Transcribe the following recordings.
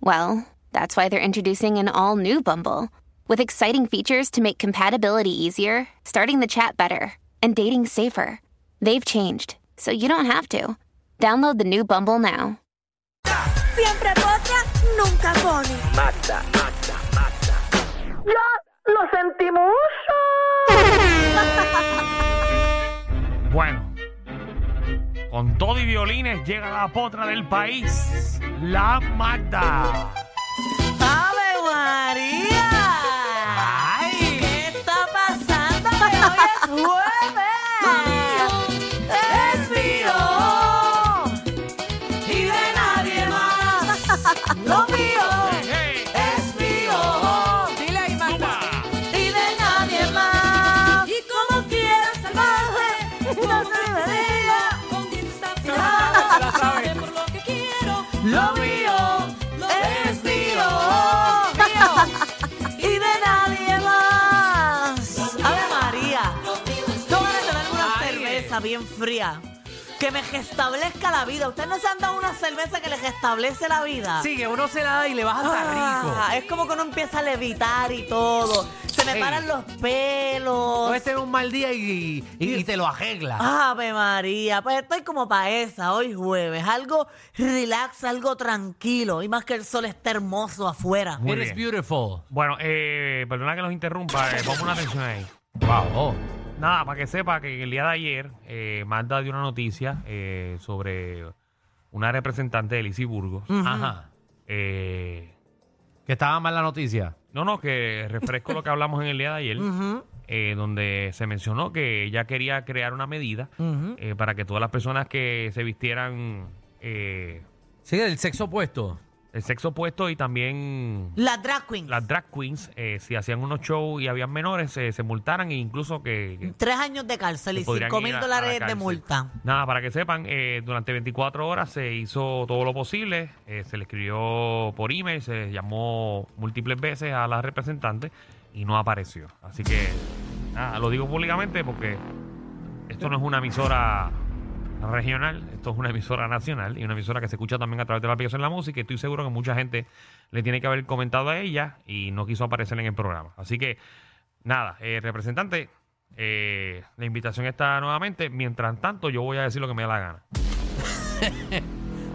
well, that's why they're introducing an all new Bumble with exciting features to make compatibility easier, starting the chat better, and dating safer. They've changed, so you don't have to. Download the new Bumble now. Siempre potra, nunca pone. Bueno, con todo y violines llega la potra del país, la Magda. ¡Ave María! ¡Ay! ¿Qué está pasando? Que hoy es jueves. Es mío. Y de nadie más. Lo mío ¡Hey! es mío. Dile ahí, ¡Zumba! Y de nadie más. Y como quiera salvaje. No se sea. Con Se la sabe. por lo que quiero. Lo mío es mío. Y de nadie más. Ave María. Yo voy a tener una cerveza bien fría. Que me restablezca la vida. ¿Ustedes no se han dado una cerveza que les restablece la vida? Sí, que uno se la da y le baja hasta rico. Ah, es como que uno empieza a levitar y todo. Se me Sí. paran los O pelos. este es un mal día y, y- y te lo Ah. arregla. Ave María, pues estoy como para esa hoy jueves. Algo relax, algo tranquilo. Y más que el sol está hermoso afuera. muy Eres bien. beautiful. Bueno, eh, perdona que los interrumpa, eh, pongan atención ahí. Wow. oh. Nada, para que sepa que el día de ayer eh, Magda dio una noticia eh, sobre una representante de Lizy Burgos. Ajá. Eh, Que estaba mal la noticia. no, no, que refresco lo que hablamos en el día de ayer. Ujú, eh, donde se mencionó que ella quería crear una medida ujú. eh, para que todas las personas que se vistieran eh, Sí, del sexo opuesto. el sexo opuesto y también La drag queen. las drag queens, eh, si hacían unos shows y habían menores, eh, se multaran e incluso que... que- Tres años de cárcel que y podrían cinco ir a- mil a la dólares de cárcel. multa. Nada, para que sepan, eh, durante 24 horas se hizo todo lo posible, eh, se le escribió por email, se llamó múltiples veces a la representante y no apareció. Así que, nada, lo digo públicamente porque esto no es una emisora regional, esto es una emisora nacional y una emisora que se escucha también a través de la aplicación La Música. y Estoy seguro que mucha gente le tiene que haber comentado a ella y no quiso aparecer en el programa. Así que, nada, eh, representante, eh, la invitación está nuevamente. Mientras tanto, yo voy a decir lo que me da la gana.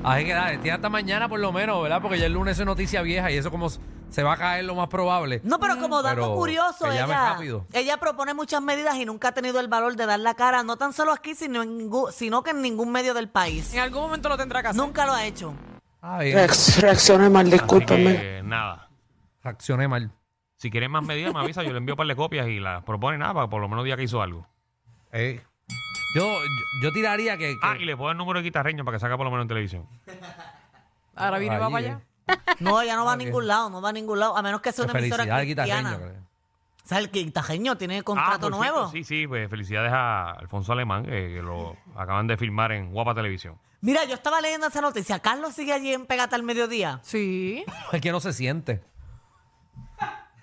Así que dale, tiene hasta mañana por lo menos, ¿verdad? Porque ya el lunes es noticia vieja y eso como s- se va a caer lo más probable. No, Mm, pero como dato Pero curioso, que llame ella, rápido. ella propone muchas medidas y nunca ha tenido el valor de dar la cara, no tan solo aquí, sino, en ningú- sino que en ningún medio del país. En algún momento lo tendrá que hacer. Nunca lo ha hecho. Ah, bien. Reacc- Reaccioné mal, Así discúlpame. que, nada. Accioné mal. Si quieren más medidas, me avisa. Yo le envío un par de copias y las propone nada para que por lo menos diga que hizo algo. Eh. Yo, yo, yo tiraría que... que- Ah, y le puedo el número de guitarreño para que salga por lo menos en televisión. Ah, Ahora viene y va Ahí, para allá. eh. No, ella no va a ningún lado, no va a ningún lado, a menos que sea Pues una Felicidades emisora al guitarreño. cristiana. creo. O sea, el quitajeño tiene contrato Ah, por cierto, nuevo. sí, sí, pues felicidades a Alfonso Alemán, eh, que, que lo acaban de filmar en Guapa Televisión. Mira, yo estaba leyendo esa noticia. Carlos sigue allí en Pegata al mediodía. Sí. Es que no se siente.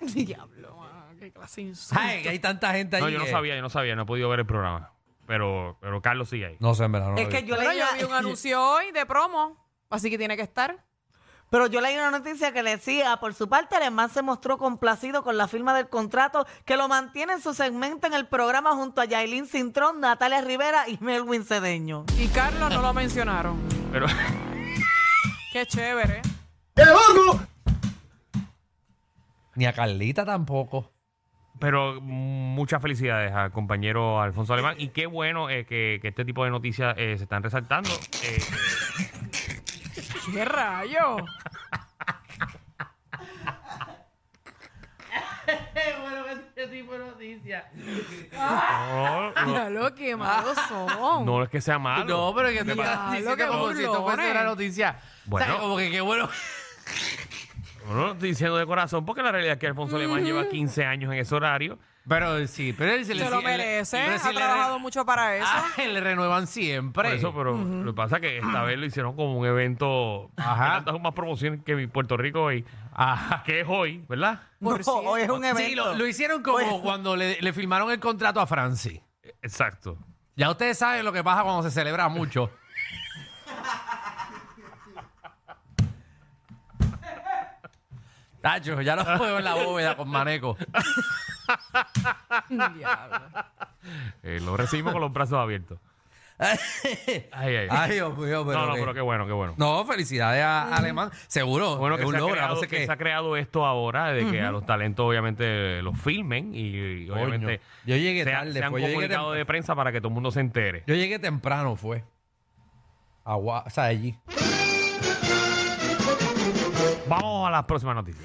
Diablo, mano, qué clase de insulto. Ay, que hay tanta gente ahí. No, yo no que- sabía, yo no sabía, no he podido ver el programa. Pero, pero Carlos sigue ahí. No sé, en verdad. No es lo que vi. yo Pero leí, yo vi un una, anuncio hoy de promo, así que tiene que estar. pero yo leí una noticia que decía, por su parte, Alemán se mostró complacido con la firma del contrato que lo mantiene en su segmento en el programa junto a Yailin Cintrón, Natalia Rivera y Melwin Cedeño. Y Carlos no lo mencionaron. Pero, Qué chévere. Ni a Carlita tampoco. pero muchas felicidades al compañero Alfonso Alemán. Y qué bueno eh, que, que este tipo de noticias eh, se están resaltando. Eh, ¡Qué rayo! no, no, Diablo, qué malos son. no es que sea malo. Ah, No, pero es que te Diablo, estás diciendo qué como si esto fuese burlones. una noticia. Bueno. O sea, como que qué bueno. No lo estoy diciendo de corazón porque la realidad es que Alfonso Alemán lleva 15 años en ese horario. Pero sí, pero él se le Se lo sí, él- merece, pero ha sí le re- trabajado mucho para eso. Ah, le renuevan siempre. Por eso, pero lo que pasa es que esta vez lo hicieron como un evento. Ajá. Tantas más promociones que mi Puerto Rico hoy. Ajá. Que es hoy, ¿verdad? Por No, hoy es un evento. Ah. Sí, lo, lo hicieron como cuando le, le firmaron el contrato a Franci. Exacto. Ya ustedes saben lo que pasa cuando se celebra mucho. Tacho, ya lo veo en la bóveda con Maneco. Diablo. Eh, lo recibimos con los brazos abiertos. Ay, ay. Ay, Dios mío, pero. no, no, qué- pero qué bueno, qué bueno. No, felicidades a Alemán. Seguro. Bueno, que, es un se ha, logro, creado, no sé que qué. se ha creado esto ahora, de que a los talentos obviamente los filmen y, y Coño, obviamente yo llegué se, ha- tarde, se han pues, yo llegué comunicado temprano. de prensa para que todo el mundo se entere. Yo llegué temprano, fue. Agua, o sea, allí. Vamos a las próximas noticias.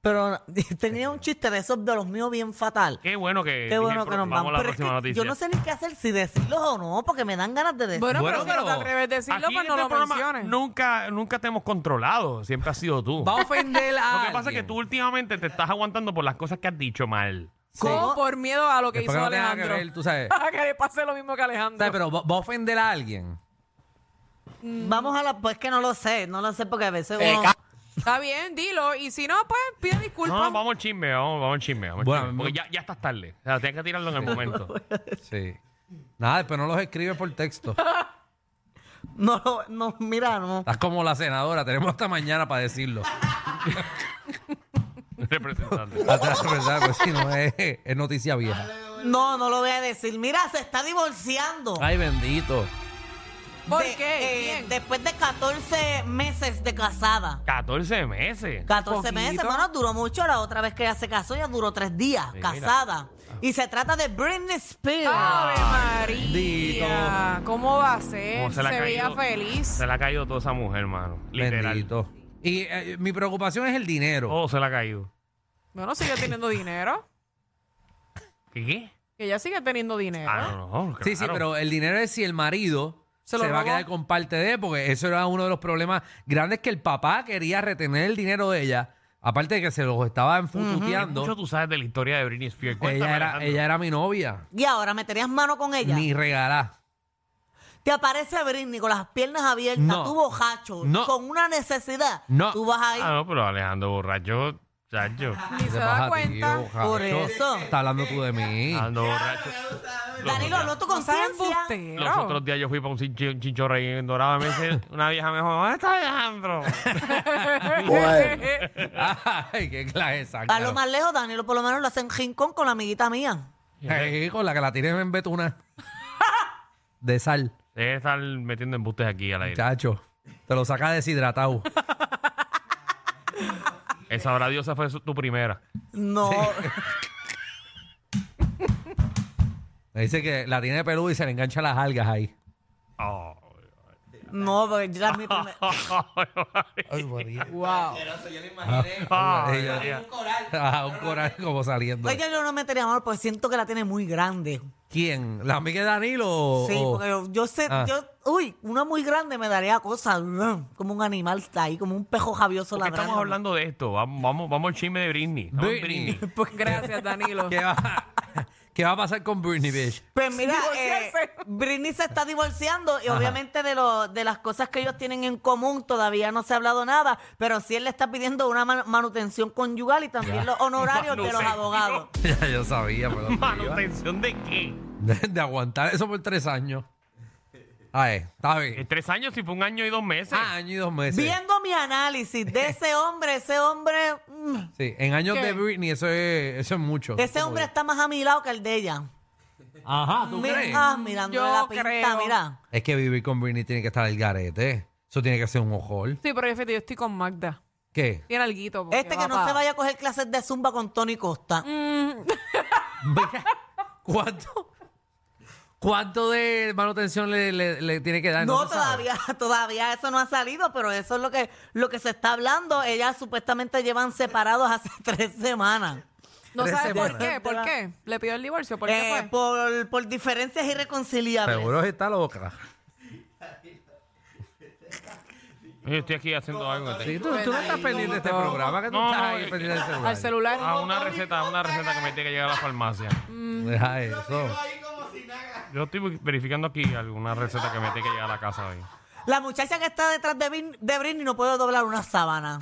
Pero tenía un chiste de esos de los míos bien fatal. Qué bueno que, Qué dije bueno pro- que nos vamos a van. la Pero es próxima que noticia. yo no sé ni qué hacer, si decirlos o no, porque me dan ganas de decir. Bueno, Bueno, pero, si no te pero- atreves a decirlo, Aquí pues en no este lo programa menciones. nunca, nunca te hemos controlado, siempre has sido tú. Va a ofender a. Lo que pasa es que alguien. tú últimamente te estás aguantando por las cosas que has dicho mal. ¿Cómo? Por miedo a lo que Es porque hizo no tenga que Alejandro. ver, tú sabes. Ah, que le pase lo mismo que Alejandro. ¿Sabes? Pero va, va a ofender a alguien. Vamos a la. Pues que no lo sé, no lo sé porque a veces Eh, uno. Está bien, dilo. Y si no, pues pide disculpas. No, no, vamos al chisme, vamos, vamos al chisme. Vamos al Bueno, chisme, porque ya, ya estás tarde. O sea, tienes que tirarlo en el momento. Sí. Nada, después no los escribe por texto. No, lo- no, mira, no. Estás como la senadora, tenemos hasta mañana para decirlo. Representante. Atrás, ¿verdad? Pues si no es, es noticia vieja. No, no lo voy a decir. Mira, se está divorciando. Ay, bendito. ¿Por De- qué? eh, Bien. después de 14 meses de casada. 14 meses. 14 Poquito. meses, hermano, duró mucho. La otra vez que ella se casó, ya duró tres días Sí, casada. Ah. Y se trata de Britney Spears. Ave bendito. María. ¿Cómo va a ser? Como Se, le ha veía caído- feliz. Se le ha caído toda esa mujer, hermano. Literal. Bendito. Y eh, mi preocupación es el dinero. Todo se le ha caído. Bueno, sigue teniendo dinero. ¿Qué? ¿Eh? qué? Que ella sigue teniendo dinero. Ah, no, no. Sí, sí, claro. pero el dinero es si el marido se, Se lo va a robó. quedar con parte de, porque eso era uno de los problemas grandes que el papá quería retener el dinero de ella, aparte de que se los estaba enfututeando. Mucho tú sabes de la historia de Britney Spears. Cuéntame, ella, era, Alejandro. ella era mi novia. Y ahora meterías mano con ella. Ni regalá. Te aparece Britney con las piernas abiertas, No. tú bojacho, No. con una necesidad. No. Tú vas ahí. Ah, no, pero Alejandro Borracho, chacho. Ni se ¿Qué da pasa, cuenta. tío, jacho? Por eso. Está hablando tú de mí. Alejandro Borracho. Danilo, no tu No seas conciencia. embustero. Los otros días yo fui para un chincho- un chinchorrey en Dorado. Me dice una vieja mejor, ¿dónde está Alejandro? Ay, qué clase A de lo zángano. más lejos, Danilo, por lo menos lo hacen rincón con la amiguita mía. Ey, con la que la tienes en betuna. De sal, Debe estar metiendo embustes aquí al aire. chacho. Te lo saca deshidratado. Esa hora diosa fue su- tu primera. No. Me dice que la tiene peluda y se le engancha las algas ahí. Oh. No, porque ya es mi primer- Ay, María. Wow. Ay, Ella- María. Ah, un coral como saliendo. Oye, Pues yo no metería mano porque siento que la tiene muy grande. ¿Quién? ¿La amiga de Danilo? o- Sí, o- porque yo, yo sé, Oh, Ah. yo, uy, una muy grande me daría cosas, como un animal está ahí, como un pejo javioso ¿Por qué ladrando. estamos hablando de esto? Vamos, vamos, vamos al chisme de Britney. Estamos en Britney. Britney. Gracias, Danilo. ¿Qué va, ¿Qué va a pasar con Britney, bitch? Pues mira, eh, Divorciarse. Britney se está divorciando y obviamente de, lo, de las cosas que ellos tienen en común todavía no se ha hablado nada, pero sí él le está pidiendo una man- manutención conyugal y también los honorarios de los Manutención. abogados. ya yo sabía, pero. ¿Manutención de qué? De, de aguantar eso por tres años. Ay, está Eh, bien. Tres años y fue un año y dos meses. Ah, año y dos meses. Viendo mi análisis de ese hombre, ese hombre, mm, Sí, en años ¿Qué? de Britney eso es, eso es mucho. ese hombre está más a mi lado que el de ella. Ajá, ¿tú Mira, crees? ah, mirándole Yo la pinta, creo. mira. Es que vivir con Britney tiene que estar el garete. Eso tiene que ser un ojol. Sí, pero fíjate, yo estoy con Magda. ¿Qué? Tiene alguito. porque Este va que no pa- Mm. se vaya a coger clases de zumba con Tony Costa. Mira, ¿Cuánto? ¿Cuánto de manutención le, le- le tiene que dar? No, se sabe. todavía, todavía eso no ha salido, pero eso es lo que, lo que se está hablando. Ellas supuestamente llevan separados hace tres semanas. No Tres sabe por semanas. qué. ¿Por qué? ¿Le pidió el divorcio? ¿Por Este Eh, qué fue? por, por diferencias irreconciliables. Seguro está loca. Yo estoy aquí haciendo algo. que Sí, tengo. tú, tú no estás pendiente de este programa, que tú No, estás no, ahí eh, pendiente del celular. Al celular. Ah, una receta, una receta que me tiene que llegar a la farmacia. Deja eso. Yo estoy verificando aquí alguna receta que me tiene que llegar a la casa hoy. La muchacha que está detrás de, Brin- de Britney no puede doblar una sábana.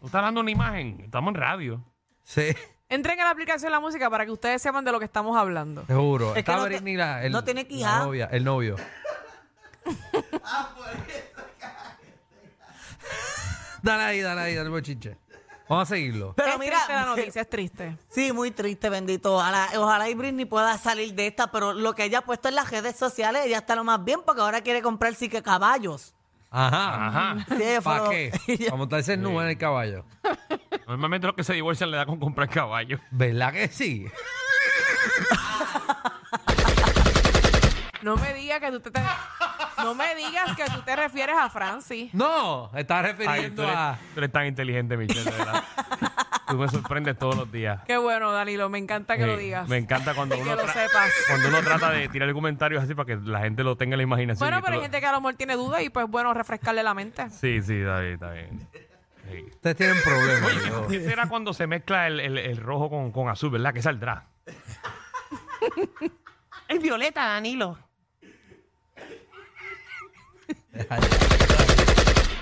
¿Tú estás dando una imagen? Estamos en radio. Sí, Entren a la aplicación de la música para que ustedes sepan de lo que estamos hablando. te juro. que Está no te- Britney la- el, no tiene que la hija. novia, el novio. dale ahí, dale ahí, dale bochinche. Vamos a seguirlo. Pero es mira, triste la noticia, es triste. Sí, muy triste, bendito. Ojalá, ojalá y Britney pueda salir de esta, pero lo que ella ha puesto en las redes sociales, ella está lo más bien porque ahora quiere comprar sí que caballos. Ajá. Ajá. Sí, ella fue ¿Para lo- qué? ella- Para montarse el nube en el caballo. Normalmente los que se divorcian le da con comprar caballo. ¿Verdad que sí? No me digas que tú te, te- no me digas que tú te refieres a Francis. No, estás Ay, tú refiriendo a. eres, tú eres tan inteligente, Michelle, de verdad. tú me sorprendes todos los días. Qué bueno, Danilo, me encanta que Sí, lo digas. Me encanta cuando Y uno, que lo tra- sepas. cuando uno trata de tirar comentarios así para que la gente lo tenga en la imaginación. y Bueno, pero tú hay lo- gente que a lo mejor tiene dudas y pues bueno, refrescarle la mente. Sí, sí, está bien, está bien. Sí. Ustedes tienen problemas. ¿no? ¿Qué será cuando se mezcla el, el- el rojo con, con azul, verdad? ¿Qué saldrá? es violeta, Danilo. Deja ya.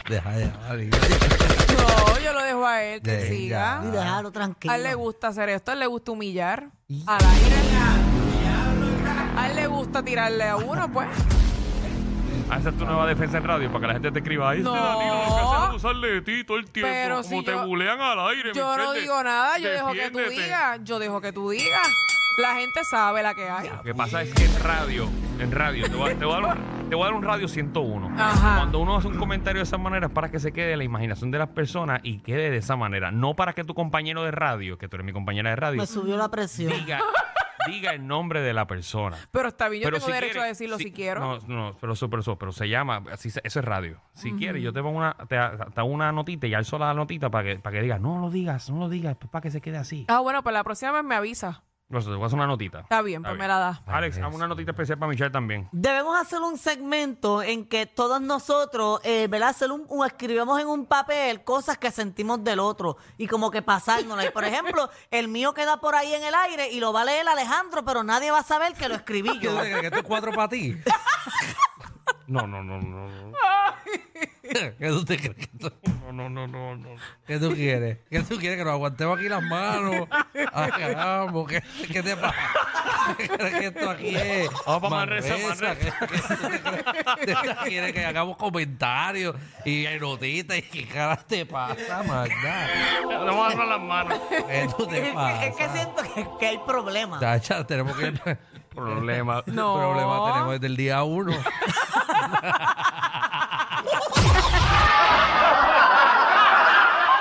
Deja ya, Mari. No, yo lo dejo a él que Venga. siga. Y dejarlo tranquilo. A él le gusta hacer esto, a él le gusta humillar al aire. A él le gusta tirarle a uno, pues. Ah, Esa es tu nueva defensa en radio para que la gente te escriba. Ay, este No. Danilo lo que hace es abusarle de ti todo el tiempo. Pero como si te yo- bulean al aire. Yo no Michelle, digo nada, yo dejo que tú defiéndete. digas, yo dejo que tú digas. La gente sabe la que hay. Lo que pasa es que en radio, en radio, te voy a, te voy a dar, un, te voy a dar un radio 101. Ajá. Cuando uno hace un comentario de esa manera es para que se quede en la imaginación de las personas y quede de esa manera. No para que tu compañero de radio, que tú eres mi compañera de radio, Me subió la presión. diga, diga el nombre de la persona. Pero está bien, yo Pero tengo si derecho quiere- a decirlo si, quiero. No, no, pero, eso- pero, eso- pero se llama, así se- eso es radio. Si quieres, yo te pongo una, te, te hago una notita y alzo la notita para que, para que digas, no lo digas, no lo digas, para que se quede así. Ah, bueno, pues la próxima vez me avisa. Por eso te voy a hacer una notita. Está bien, pues me la da. Alex, Ay, hago una notita especial para Michelle también. Debemos hacer un segmento en que todos nosotros, eh, ¿verdad? Hacer un, un- escribimos en un papel cosas que sentimos del otro y como que pasárnoslas. Y, por ejemplo, el mío queda por ahí en el aire y lo va a leer Alejandro, pero nadie va a saber que lo escribí ¿Qué yo. tú te crees? ¿Que esto es cuatro para ti? No, no, no, no, no, ¿Qué tú te crees? que esto- no, no, no, no, no. ¿Qué tú quieres? ¿Qué tú quieres? ¿Que nos aguantemos aquí las manos? Ah, caramba, ¿qué, qué te pasa? ¿Qué crees que esto aquí es? Vamos pa' Manresa, ¿Qué, qué tú te crees? ¿Tú te crees que hagamos comentarios y hay notitas y qué cara te pasa, Magda? Te voy a agarrar las manos. ¿Qué tú Es te que, es que pasa? siento que, que hay problemas. Chacha, tenemos que... Problema. No. Problema tenemos desde el día uno.